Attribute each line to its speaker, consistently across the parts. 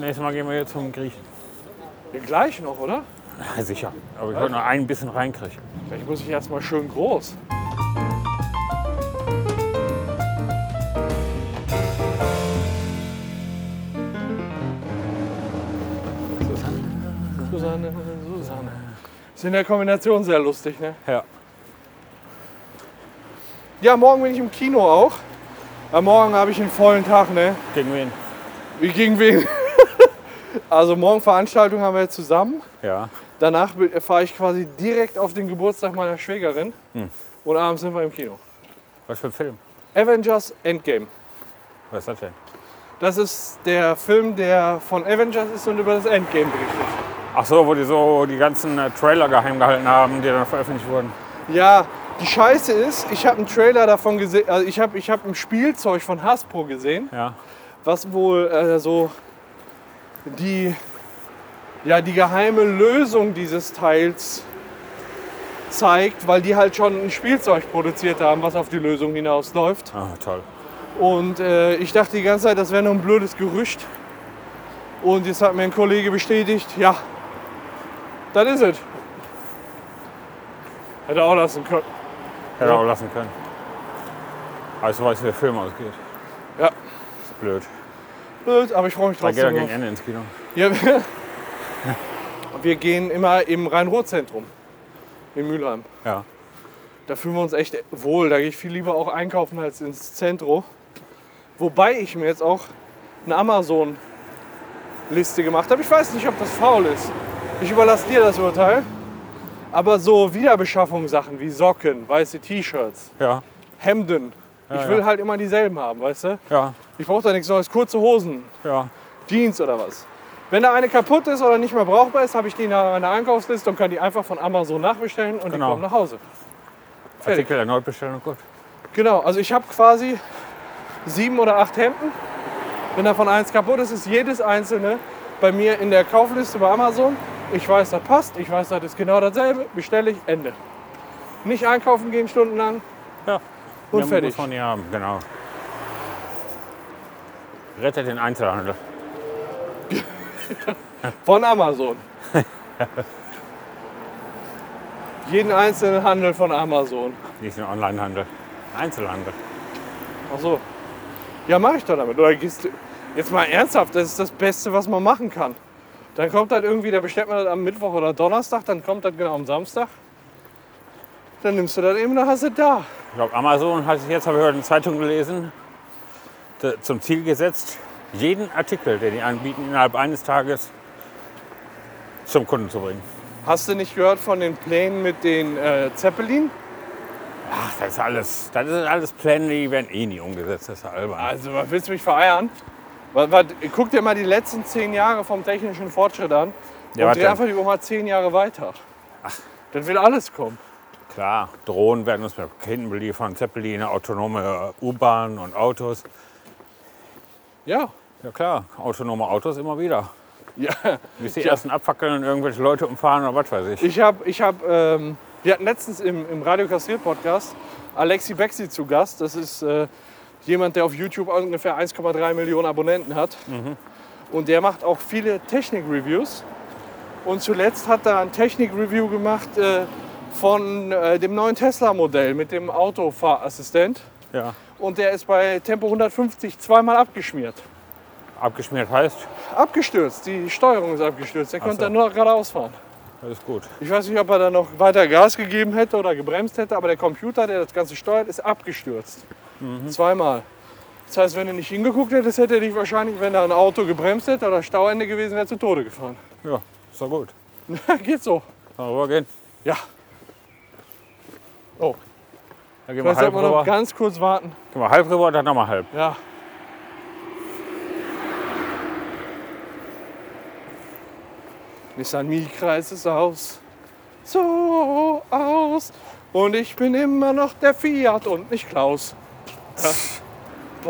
Speaker 1: Nächstes Mal gehen wir jetzt zum Griechen.
Speaker 2: Den gleich noch, oder?
Speaker 1: Ja, sicher. Aber ich wollte noch ein bisschen reinkriegen.
Speaker 2: Vielleicht muss ich erstmal schön groß. Susanne, Susanne, Susanne. Ist in der Kombination sehr lustig, ne?
Speaker 1: Ja.
Speaker 2: Ja, morgen bin ich im Kino auch. Am Morgen habe ich einen vollen Tag, ne?
Speaker 1: Gegen wen?
Speaker 2: Wie gegen wen? Also morgen Veranstaltung haben wir zusammen.
Speaker 1: Ja.
Speaker 2: Danach be- fahre ich quasi direkt auf den Geburtstag meiner Schwägerin. Und abends sind wir im Kino.
Speaker 1: Was für ein Film?
Speaker 2: Avengers Endgame.
Speaker 1: Was ist das denn?
Speaker 2: Das ist der Film, der von Avengers ist und über das Endgame berichtet.
Speaker 1: Ach so, wo die so die ganzen äh, Trailer geheim gehalten haben, die dann veröffentlicht wurden.
Speaker 2: Ja, die Scheiße ist, ich habe einen Trailer davon gesehen, also ich habe ich hab ein Spielzeug von Hasbro gesehen,
Speaker 1: Ja.
Speaker 2: was wohl äh, so die, ja, die geheime Lösung dieses Teils zeigt, weil die halt schon ein Spielzeug produziert haben, was auf die Lösung hinausläuft.
Speaker 1: Ah, toll.
Speaker 2: Und äh, ich dachte die ganze Zeit, das wäre nur ein blödes Gerücht. Und jetzt hat mir ein Kollege bestätigt, ja, das ist es. Hätte auch lassen können.
Speaker 1: Hätte auch lassen können. Also weiß, wie der Film ausgeht.
Speaker 2: Ja.
Speaker 1: Ist blöd.
Speaker 2: Blöd, aber ich freue mich
Speaker 1: Da geht er
Speaker 2: trotzdem.
Speaker 1: gegen
Speaker 2: drauf.
Speaker 1: Ende ins Kino.
Speaker 2: Ja, wir, wir gehen immer im Rhein-Ruhr-Zentrum in Mülheim.
Speaker 1: Ja.
Speaker 2: Da fühlen wir uns echt wohl. Da gehe ich viel lieber auch einkaufen als ins Zentrum. Wobei ich mir jetzt auch eine Amazon-Liste gemacht habe. Ich weiß nicht, ob das faul ist. Ich überlasse dir das Urteil. Aber so Wiederbeschaffungssachen wie Socken, weiße T-Shirts,
Speaker 1: Ja.
Speaker 2: Hemden. ich will
Speaker 1: ja.
Speaker 2: halt immer dieselben haben, weißt du?
Speaker 1: Ja.
Speaker 2: Ich brauche da nichts Neues. Kurze Hosen,
Speaker 1: Ja.
Speaker 2: Jeans oder was. Wenn da eine kaputt ist oder nicht mehr brauchbar ist, habe ich die in meiner Einkaufsliste und kann die einfach von Amazon nachbestellen und die
Speaker 1: Genau.
Speaker 2: kommen nach Hause.
Speaker 1: Artikel erneut bestellen und gut.
Speaker 2: Genau, also ich habe quasi sieben oder acht Hemden. Wenn davon eins kaputt ist, ist jedes einzelne bei mir in der Kaufliste bei Amazon. Ich weiß, das passt, ich weiß, das ist genau dasselbe, bestelle ich, Ende. Nicht einkaufen gehen stundenlang
Speaker 1: Ja.
Speaker 2: und
Speaker 1: Ja,
Speaker 2: fertig.
Speaker 1: Muss man die haben, genau. Rettet den Einzelhandel.
Speaker 2: Von Amazon. Jeden einzelnen Handel von Amazon.
Speaker 1: Nicht den Onlinehandel. Einzelhandel.
Speaker 2: Ach so. Ja, mach ich doch damit. Oder gehst du. Jetzt mal ernsthaft, das ist das Beste, was man machen kann. Dann kommt halt irgendwie, da bestellt man das am Mittwoch oder Donnerstag, dann kommt das genau am Samstag. Dann nimmst du das eben, dann hast du es da.
Speaker 1: Ich glaube, Amazon hat sich jetzt, habe ich heute in der Zeitung gelesen, d- zum Ziel gesetzt, jeden Artikel, den die anbieten, innerhalb eines Tages zum Kunden zu bringen.
Speaker 2: Hast du nicht gehört von den Plänen mit den äh, Zeppelin?
Speaker 1: Ach, das ist alles, das ist alles Pläne, die werden eh nie umgesetzt, das ist ja albern.
Speaker 2: Also, was willst du mich vereiern? Was, was, guck dir mal die letzten zehn Jahre vom technischen Fortschritt an und
Speaker 1: Ja, was
Speaker 2: dreh
Speaker 1: denn?
Speaker 2: einfach die Uhr mal zehn Jahre weiter. Dann will alles kommen.
Speaker 1: Klar, Drohnen werden uns mit Kindern beliefern, Zeppeline, autonome äh, U-Bahnen und Autos.
Speaker 2: Ja.
Speaker 1: Ja klar, autonome Autos immer wieder.
Speaker 2: Ja,
Speaker 1: Bis die ersten abfackeln und irgendwelche Leute umfahren oder was weiß ich.
Speaker 2: Ich habe, ich hab, ähm, wir hatten letztens im, im Radio Kastriert Podcast Alexi Bexi zu Gast. Das ist äh, jemand, der auf YouTube ungefähr 1,3 Millionen Abonnenten hat. Und der macht auch viele Technik-Reviews. Und zuletzt hat er ein Technik-Review gemacht äh, von äh, dem neuen Tesla-Modell mit dem Autofahrassistent.
Speaker 1: Ja.
Speaker 2: Und der ist bei Tempo 150 zweimal abgeschmiert.
Speaker 1: Abgeschmiert heißt,
Speaker 2: Abgestürzt, die Steuerung ist abgestürzt. Der konnte
Speaker 1: so.
Speaker 2: dann nur noch geradeaus fahren.
Speaker 1: das ist gut.
Speaker 2: Ich weiß nicht, ob er da noch weiter Gas gegeben hätte oder gebremst hätte, aber der Computer, der das Ganze steuert, ist abgestürzt. Zweimal. Das heißt, wenn du nicht hingeguckt hättest, hätte er dich wahrscheinlich, wenn er ein Auto gebremst hätte oder Stauende gewesen wäre, zu Tode gefahren.
Speaker 1: Ja, ist doch gut.
Speaker 2: Geht so.
Speaker 1: Sollen wir rübergehen?
Speaker 2: Ja. Oh,
Speaker 1: Dann gehen wir um halb
Speaker 2: vielleicht sollten wir noch
Speaker 1: rüber.
Speaker 2: ganz kurz warten.
Speaker 1: Gehen wir halb rüber und dann nochmal halb.
Speaker 2: Ja. Nissan Micra ist es aus. So aus. Und ich bin immer noch der Fiat und nicht Klaus. Ja.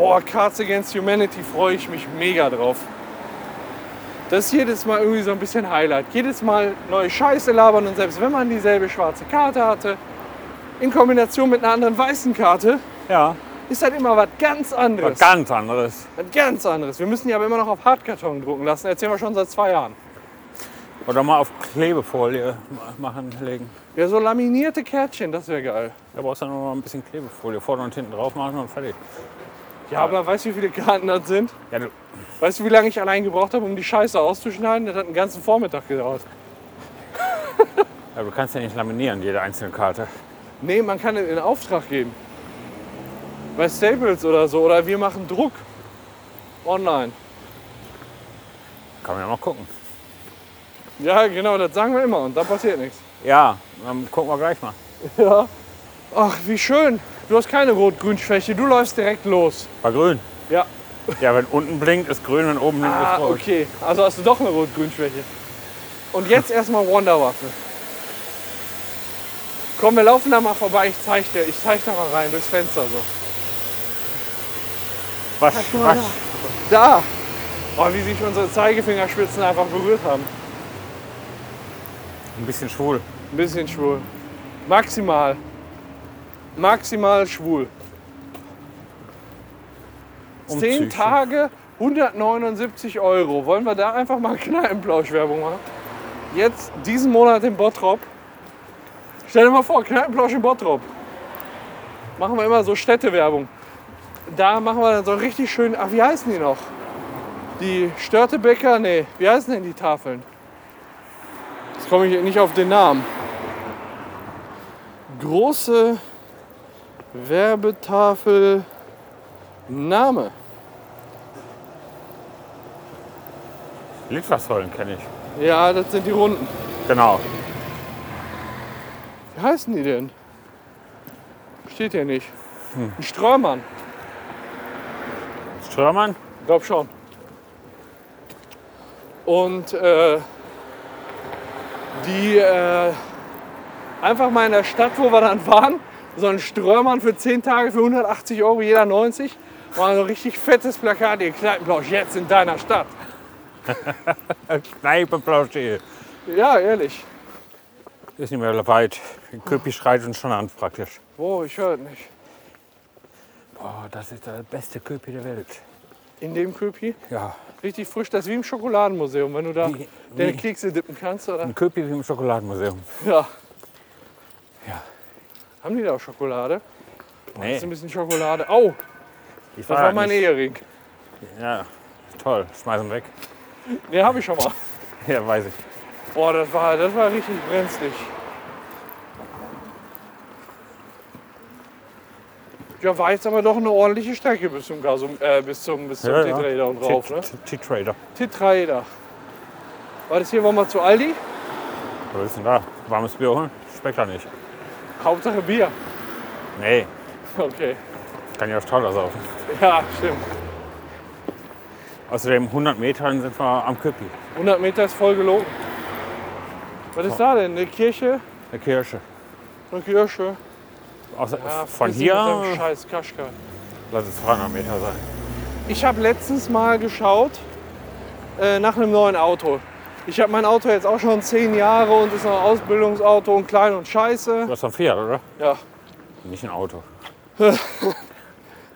Speaker 2: Boah, Cards Against Humanity freue ich mich mega drauf. Das ist jedes Mal irgendwie so ein bisschen Highlight. Jedes Mal neue Scheiße labern und selbst wenn man dieselbe schwarze Karte hatte, in Kombination mit einer anderen weißen Karte,
Speaker 1: Ja,
Speaker 2: ist das immer was ganz anderes.
Speaker 1: Was ganz anderes.
Speaker 2: was ganz anderes. Wir müssen die aber immer noch auf Hartkarton drucken lassen. Erzählen wir schon seit zwei Jahren.
Speaker 1: Oder mal auf Klebefolie ma- machen, legen.
Speaker 2: Ja, so laminierte Kärtchen, das wäre geil.
Speaker 1: Da brauchst du dann nur noch ein bisschen Klebefolie vorne und hinten drauf machen und fertig.
Speaker 2: Ja, aber weißt du, wie viele Karten das sind?
Speaker 1: Ja, du,
Speaker 2: Weißt du, wie lange ich allein gebraucht habe, um die Scheiße auszuschneiden? Das hat einen ganzen Vormittag gedauert.
Speaker 1: ja, du kannst ja nicht laminieren, jede einzelne Karte.
Speaker 2: Nee, man kann es in Auftrag geben. Bei Staples oder so. Oder wir machen Druck. Online.
Speaker 1: Kann man ja mal gucken.
Speaker 2: Ja, genau, das sagen wir immer und dann passiert nichts.
Speaker 1: Ja, dann gucken wir gleich mal.
Speaker 2: Ja. Ach, wie schön. Du hast keine Rot-Grün-Schwäche, du läufst direkt los.
Speaker 1: Bei grün.
Speaker 2: Ja.
Speaker 1: Ja, wenn unten blinkt, ist grün, wenn oben blinkt,
Speaker 2: Ah,
Speaker 1: ist rot.
Speaker 2: okay. Also hast du doch eine Rot-Grün-Schwäche. Und jetzt erstmal Wonderwaffe. Komm, wir laufen da mal vorbei. Ich zeig dir. Ich zeig da mal rein durchs Fenster so.
Speaker 1: Was, was,
Speaker 2: Da! Oh, wie sich unsere Zeigefingerspitzen einfach berührt haben.
Speaker 1: ein bisschen schwul.
Speaker 2: Ein bisschen schwul. Maximal. Maximal schwul.
Speaker 1: Um
Speaker 2: Zehn
Speaker 1: Psyche.
Speaker 2: Tage, 179 Euro. Wollen wir da einfach mal Kneipenplausch-Werbung machen? Jetzt, diesen Monat in Bottrop. Stell dir mal vor, Kneipenplausch in Bottrop. Machen wir immer so Städtewerbung. Da machen wir dann so einen richtig schön. Ach, wie heißen die noch? Die Störtebäcker? Nee, wie heißen denn die Tafeln? Jetzt komme ich nicht auf den Namen. Große Werbetafel Name.
Speaker 1: Litfaßsäulen kenne ich.
Speaker 2: Ja, das sind die Runden.
Speaker 1: Genau.
Speaker 2: Wie heißen die denn? Steht hier nicht.
Speaker 1: Hm.
Speaker 2: Ein Strömann.
Speaker 1: Strömann?
Speaker 2: Glaub schon. Und äh, die äh, einfach mal in der Stadt, wo wir dann waren, so einen Strömern für 10 Tage für 180 Euro, jeder 90. War so ein richtig fettes Plakat, ihr Kneipenblausch, jetzt in deiner Stadt.
Speaker 1: Kneipenplausch. eh.
Speaker 2: Ja, ehrlich.
Speaker 1: Ist nicht mehr weit. Der Köpi schreit uns schon an praktisch.
Speaker 2: Boah, ich höre nicht.
Speaker 1: Boah, Ah, das ist der beste Köpi der Welt.
Speaker 2: In dem Köpi,
Speaker 1: Ja,
Speaker 2: richtig frisch, das ist wie im Schokoladenmuseum, wenn du da
Speaker 1: Wie-
Speaker 2: deine
Speaker 1: wie-
Speaker 2: Kekse dippen kannst, oder?
Speaker 1: ein Köpi wie im Schokoladenmuseum.
Speaker 2: Ja.
Speaker 1: Ja.
Speaker 2: Haben die da auch Schokolade?
Speaker 1: Nee,
Speaker 2: Ist ein bisschen Schokolade. Au,
Speaker 1: ich
Speaker 2: das war
Speaker 1: da
Speaker 2: mein
Speaker 1: Ah, nicht.
Speaker 2: Ehering.
Speaker 1: Ja, toll. Schmeißen weg.
Speaker 2: Den habe ich schon mal.
Speaker 1: Ja, weiß ich.
Speaker 2: Boah, das war, das war richtig brenzlig. Ja, war jetzt aber doch eine ordentliche Strecke bis zum, Gasum, äh, bis zum, bis zum T-Trader und rauf, ne?
Speaker 1: T-Trader.
Speaker 2: T-Trader. War das hier, wollen wir zu Aldi?
Speaker 1: Was willst du denn da? Warmes Bier holen? Schmeckt da nicht.
Speaker 2: Hauptsache Bier.
Speaker 1: Nee,
Speaker 2: Okay.
Speaker 1: kann ja auch toller saufen.
Speaker 2: Ja, stimmt.
Speaker 1: Außerdem 100 Metern sind wir am Köpi.
Speaker 2: 100 Meter ist voll gelogen. Was ist da denn? Eine Kirche?
Speaker 1: Der Kirsche.
Speaker 2: Eine Kirche?
Speaker 1: Außer
Speaker 2: Ja,
Speaker 1: von
Speaker 2: vergiss sie Mit deinem
Speaker 1: hier
Speaker 2: Scheiß Kaschka.
Speaker 1: lass es 300 Meter sein.
Speaker 2: Ich habe letztens mal geschaut äh, nach einem neuen Auto. Ich habe mein Auto jetzt auch schon zehn Jahre und ist noch ein Ausbildungsauto und klein und scheiße.
Speaker 1: Du hast ein Fiat, oder?
Speaker 2: Ja.
Speaker 1: Nicht ein Auto.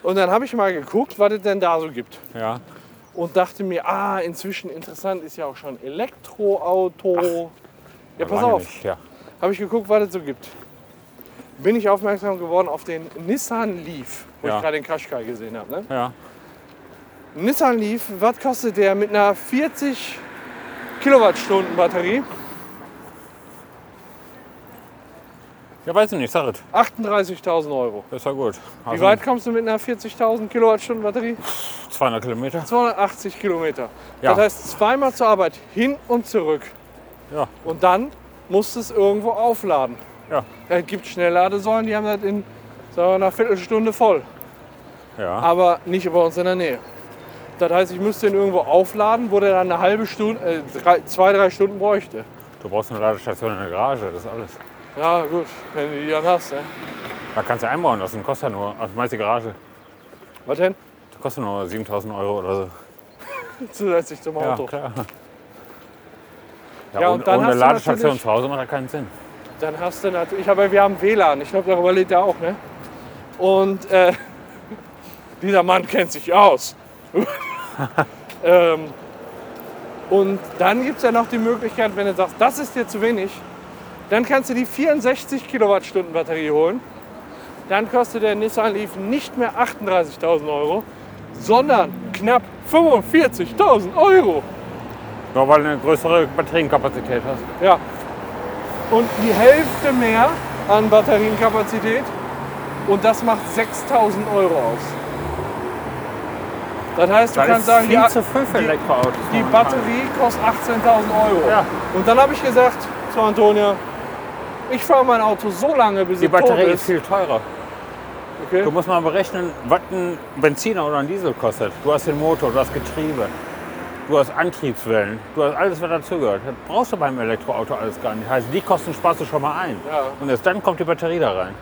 Speaker 2: Und dann habe ich mal geguckt, was es denn da so gibt.
Speaker 1: Ja.
Speaker 2: Und dachte mir, ah, inzwischen interessant ist ja auch schon Elektroauto. ja, pass
Speaker 1: lange
Speaker 2: auf.
Speaker 1: Nicht. Ja.
Speaker 2: Habe ich geguckt, was es so gibt. Bin ich aufmerksam geworden auf den Nissan Leaf, wo
Speaker 1: Ja.
Speaker 2: ich gerade den Qashqai gesehen habe. Ne?
Speaker 1: ja.
Speaker 2: Nissan Leaf, was kostet der mit einer 40 Kilowattstunden Batterie?
Speaker 1: Ja, weiß ich nicht, sag es.
Speaker 2: 38.000 Euro.
Speaker 1: Das ist ja gut.
Speaker 2: Wie
Speaker 1: Also
Speaker 2: weit kommst du mit einer 40.000 Kilowattstunden Batterie?
Speaker 1: 200 Kilometer.
Speaker 2: 280 Kilometer.
Speaker 1: Ja.
Speaker 2: Das heißt zweimal zur Arbeit, hin und zurück.
Speaker 1: Ja.
Speaker 2: Und dann musst du es irgendwo aufladen.
Speaker 1: Ja.
Speaker 2: Es gibt Schnellladesäulen, die haben das in sagen wir, einer Viertelstunde voll.
Speaker 1: Ja.
Speaker 2: Aber nicht bei uns in der Nähe. Das heißt, ich müsste ihn irgendwo aufladen, wo der dann eine halbe Stunde, äh, drei, zwei, drei Stunden bräuchte.
Speaker 1: Du brauchst eine Ladestation in der Garage, das ist alles.
Speaker 2: Ja, gut, wenn du die dann hast. Ne?
Speaker 1: Da kannst du einbauen lassen, kostet ja nur. Also meist die Garage.
Speaker 2: Was denn?
Speaker 1: Das kostet nur 7000 Euro oder so.
Speaker 2: Zusätzlich zum Auto.
Speaker 1: Ja, klar. Ja,
Speaker 2: Ja, und
Speaker 1: ohne,
Speaker 2: dann
Speaker 1: ohne
Speaker 2: hast du
Speaker 1: Ladestation
Speaker 2: natürlich-
Speaker 1: zu Hause macht das keinen Sinn.
Speaker 2: Dann hast du natürlich, aber wir haben WLAN, ich glaube, darüber lädt er auch, ne? Und äh, dieser Mann kennt sich aus. ähm, und dann gibt es ja noch die Möglichkeit, wenn du sagst, das ist dir zu wenig, dann kannst du die 64 Kilowattstunden Batterie holen. Dann kostet der Nissan Leaf nicht mehr 38.000 Euro, sondern knapp 45.000 Euro.
Speaker 1: Nur weil du eine größere Batterienkapazität hast.
Speaker 2: Ja. Und die Hälfte mehr an Batterienkapazität. Und das macht 6000 Euro aus. Das heißt, du
Speaker 1: Da
Speaker 2: kannst
Speaker 1: ist
Speaker 2: sagen,
Speaker 1: viel
Speaker 2: die,
Speaker 1: zu viel für
Speaker 2: die-
Speaker 1: Elektroautos.
Speaker 2: die
Speaker 1: momentan.
Speaker 2: Batterie kostet 18.000 Euro.
Speaker 1: Ja.
Speaker 2: Und dann habe ich gesagt zu Antonia, ich fahre mein Auto so lange, bis
Speaker 1: Die
Speaker 2: es tot
Speaker 1: Batterie ist
Speaker 2: ist.
Speaker 1: viel teurer.
Speaker 2: Okay.
Speaker 1: Du musst mal berechnen, was ein Benziner oder ein Diesel kostet. Du hast den Motor, du hast Getriebe, du hast Antriebswellen, du hast alles, was dazugehört. Das brauchst du beim Elektroauto alles gar nicht. Heißt, die Kosten sparst du schon mal ein.
Speaker 2: Ja.
Speaker 1: Und erst dann kommt die Batterie da rein.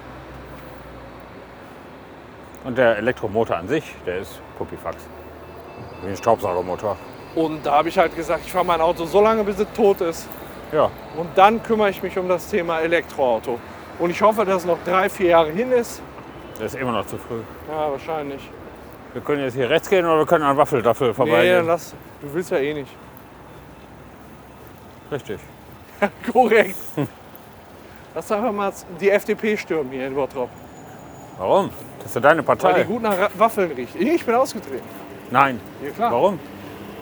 Speaker 1: Und der Elektromotor an sich, der ist Puppifax. Wie ein Staubsaugermotor.
Speaker 2: Und da habe ich halt gesagt, ich fahre mein Auto so lange, bis es tot ist.
Speaker 1: Ja,
Speaker 2: Und dann kümmere ich mich um das Thema Elektroauto. Und ich hoffe, dass es noch drei, vier Jahre hin ist.
Speaker 1: das ist immer noch zu früh.
Speaker 2: Ja, wahrscheinlich.
Speaker 1: Wir können jetzt hier rechts gehen oder wir können an Waffel dafür
Speaker 2: Nee,
Speaker 1: vorbeigehen.
Speaker 2: lass. Du willst ja eh nicht.
Speaker 1: Richtig.
Speaker 2: Korrekt. Lass doch einfach mal die FDP stürmen hier in Bottrop.
Speaker 1: Warum? Das ist ja deine
Speaker 2: Weil
Speaker 1: Partei.
Speaker 2: die gut nach Ra- Waffeln riecht. Ich bin ausgetreten.
Speaker 1: Nein.
Speaker 2: Ja, klar.
Speaker 1: Warum?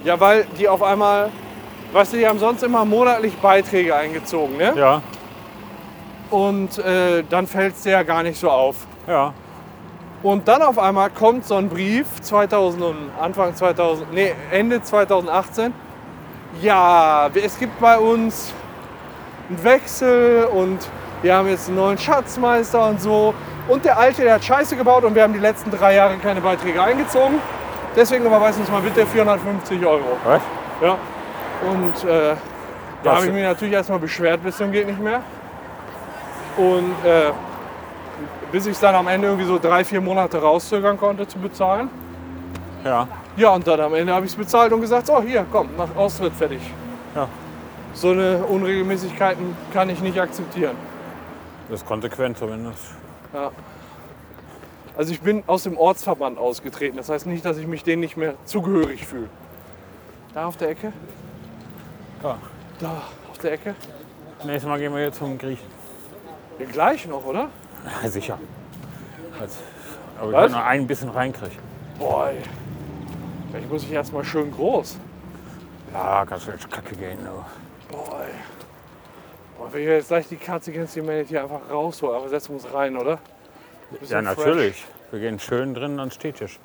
Speaker 2: Ja, weil die auf einmal, weißt du, die haben sonst immer monatlich Beiträge eingezogen, ne?
Speaker 1: Ja,
Speaker 2: Und äh, dann fällt es dir ja gar nicht so auf.
Speaker 1: ja.
Speaker 2: Und dann auf einmal kommt so ein Brief 2000 und Anfang 2000, nee, Ende 2018. Ja, es gibt bei uns einen Wechsel und wir haben jetzt einen neuen Schatzmeister und so. Und der alte, der hat Scheiße gebaut und wir haben die letzten drei Jahre keine Beiträge eingezogen. Deswegen überweisen uns mal bitte 450 Euro.
Speaker 1: Was?
Speaker 2: Ja. Und äh, da
Speaker 1: Was?
Speaker 2: habe ich mich natürlich erstmal beschwert, bis zum geht nicht mehr. Und äh, bis ich dann am Ende irgendwie so drei, vier Monate rauszögern konnte zu bezahlen.
Speaker 1: Ja.
Speaker 2: Ja, und dann am Ende habe ich es bezahlt und gesagt, so hier, komm, nach Austritt fertig.
Speaker 1: Ja.
Speaker 2: So eine Unregelmäßigkeiten kann ich nicht akzeptieren.
Speaker 1: Das ist konsequent zumindest.
Speaker 2: Also ich bin aus dem Ortsverband ausgetreten. Das heißt nicht, dass ich mich denen nicht mehr zugehörig fühle. Da auf der Ecke?
Speaker 1: Ja.
Speaker 2: Da auf der Ecke?
Speaker 1: Nächstes Mal gehen wir jetzt zum Griechen.
Speaker 2: Ja, gleich noch, oder?
Speaker 1: Ja, sicher. Als- aber
Speaker 2: Was?
Speaker 1: ich noch ein bisschen reinkriegen.
Speaker 2: Boah, ey. vielleicht muss ich erstmal schön groß.
Speaker 1: Ja, kannst du jetzt kacke gehen. Aber.
Speaker 2: Boah, ey. Boah, wenn ich jetzt gleich die Katze Against Humanity einfach raushole, aber setzen muss rein, oder? Bisschen
Speaker 1: Ja,
Speaker 2: fresh.
Speaker 1: natürlich. Wir gehen schön drinnen an den Stehtisch.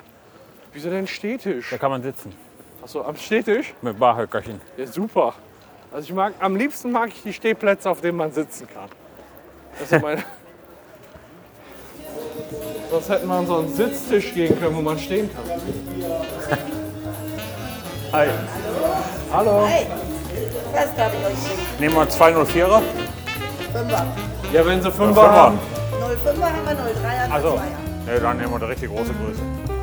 Speaker 2: Wieso denn Stehtisch?
Speaker 1: Da kann man sitzen.
Speaker 2: Achso, am Stehtisch?
Speaker 1: Mit Barhöckerchen.
Speaker 2: Ja, super. Also ich mag, am liebsten mag ich die Stehplätze, auf denen man sitzen kann. Das ist meine... Sonst hätten wir an so einen Sitztisch gehen können, wo man stehen kann.
Speaker 1: Hi.
Speaker 2: Hallo.
Speaker 3: Hey, was darf ich euch schicken?
Speaker 1: Nehmen wir 204er?
Speaker 3: Fünfer.
Speaker 2: Ja, wenn sie Fünfer
Speaker 1: Fünfer.
Speaker 2: haben.
Speaker 3: 05er haben wir, 03er,
Speaker 1: Also,
Speaker 3: 02er.
Speaker 1: nee, dann nehmen wir eine richtig große Größe.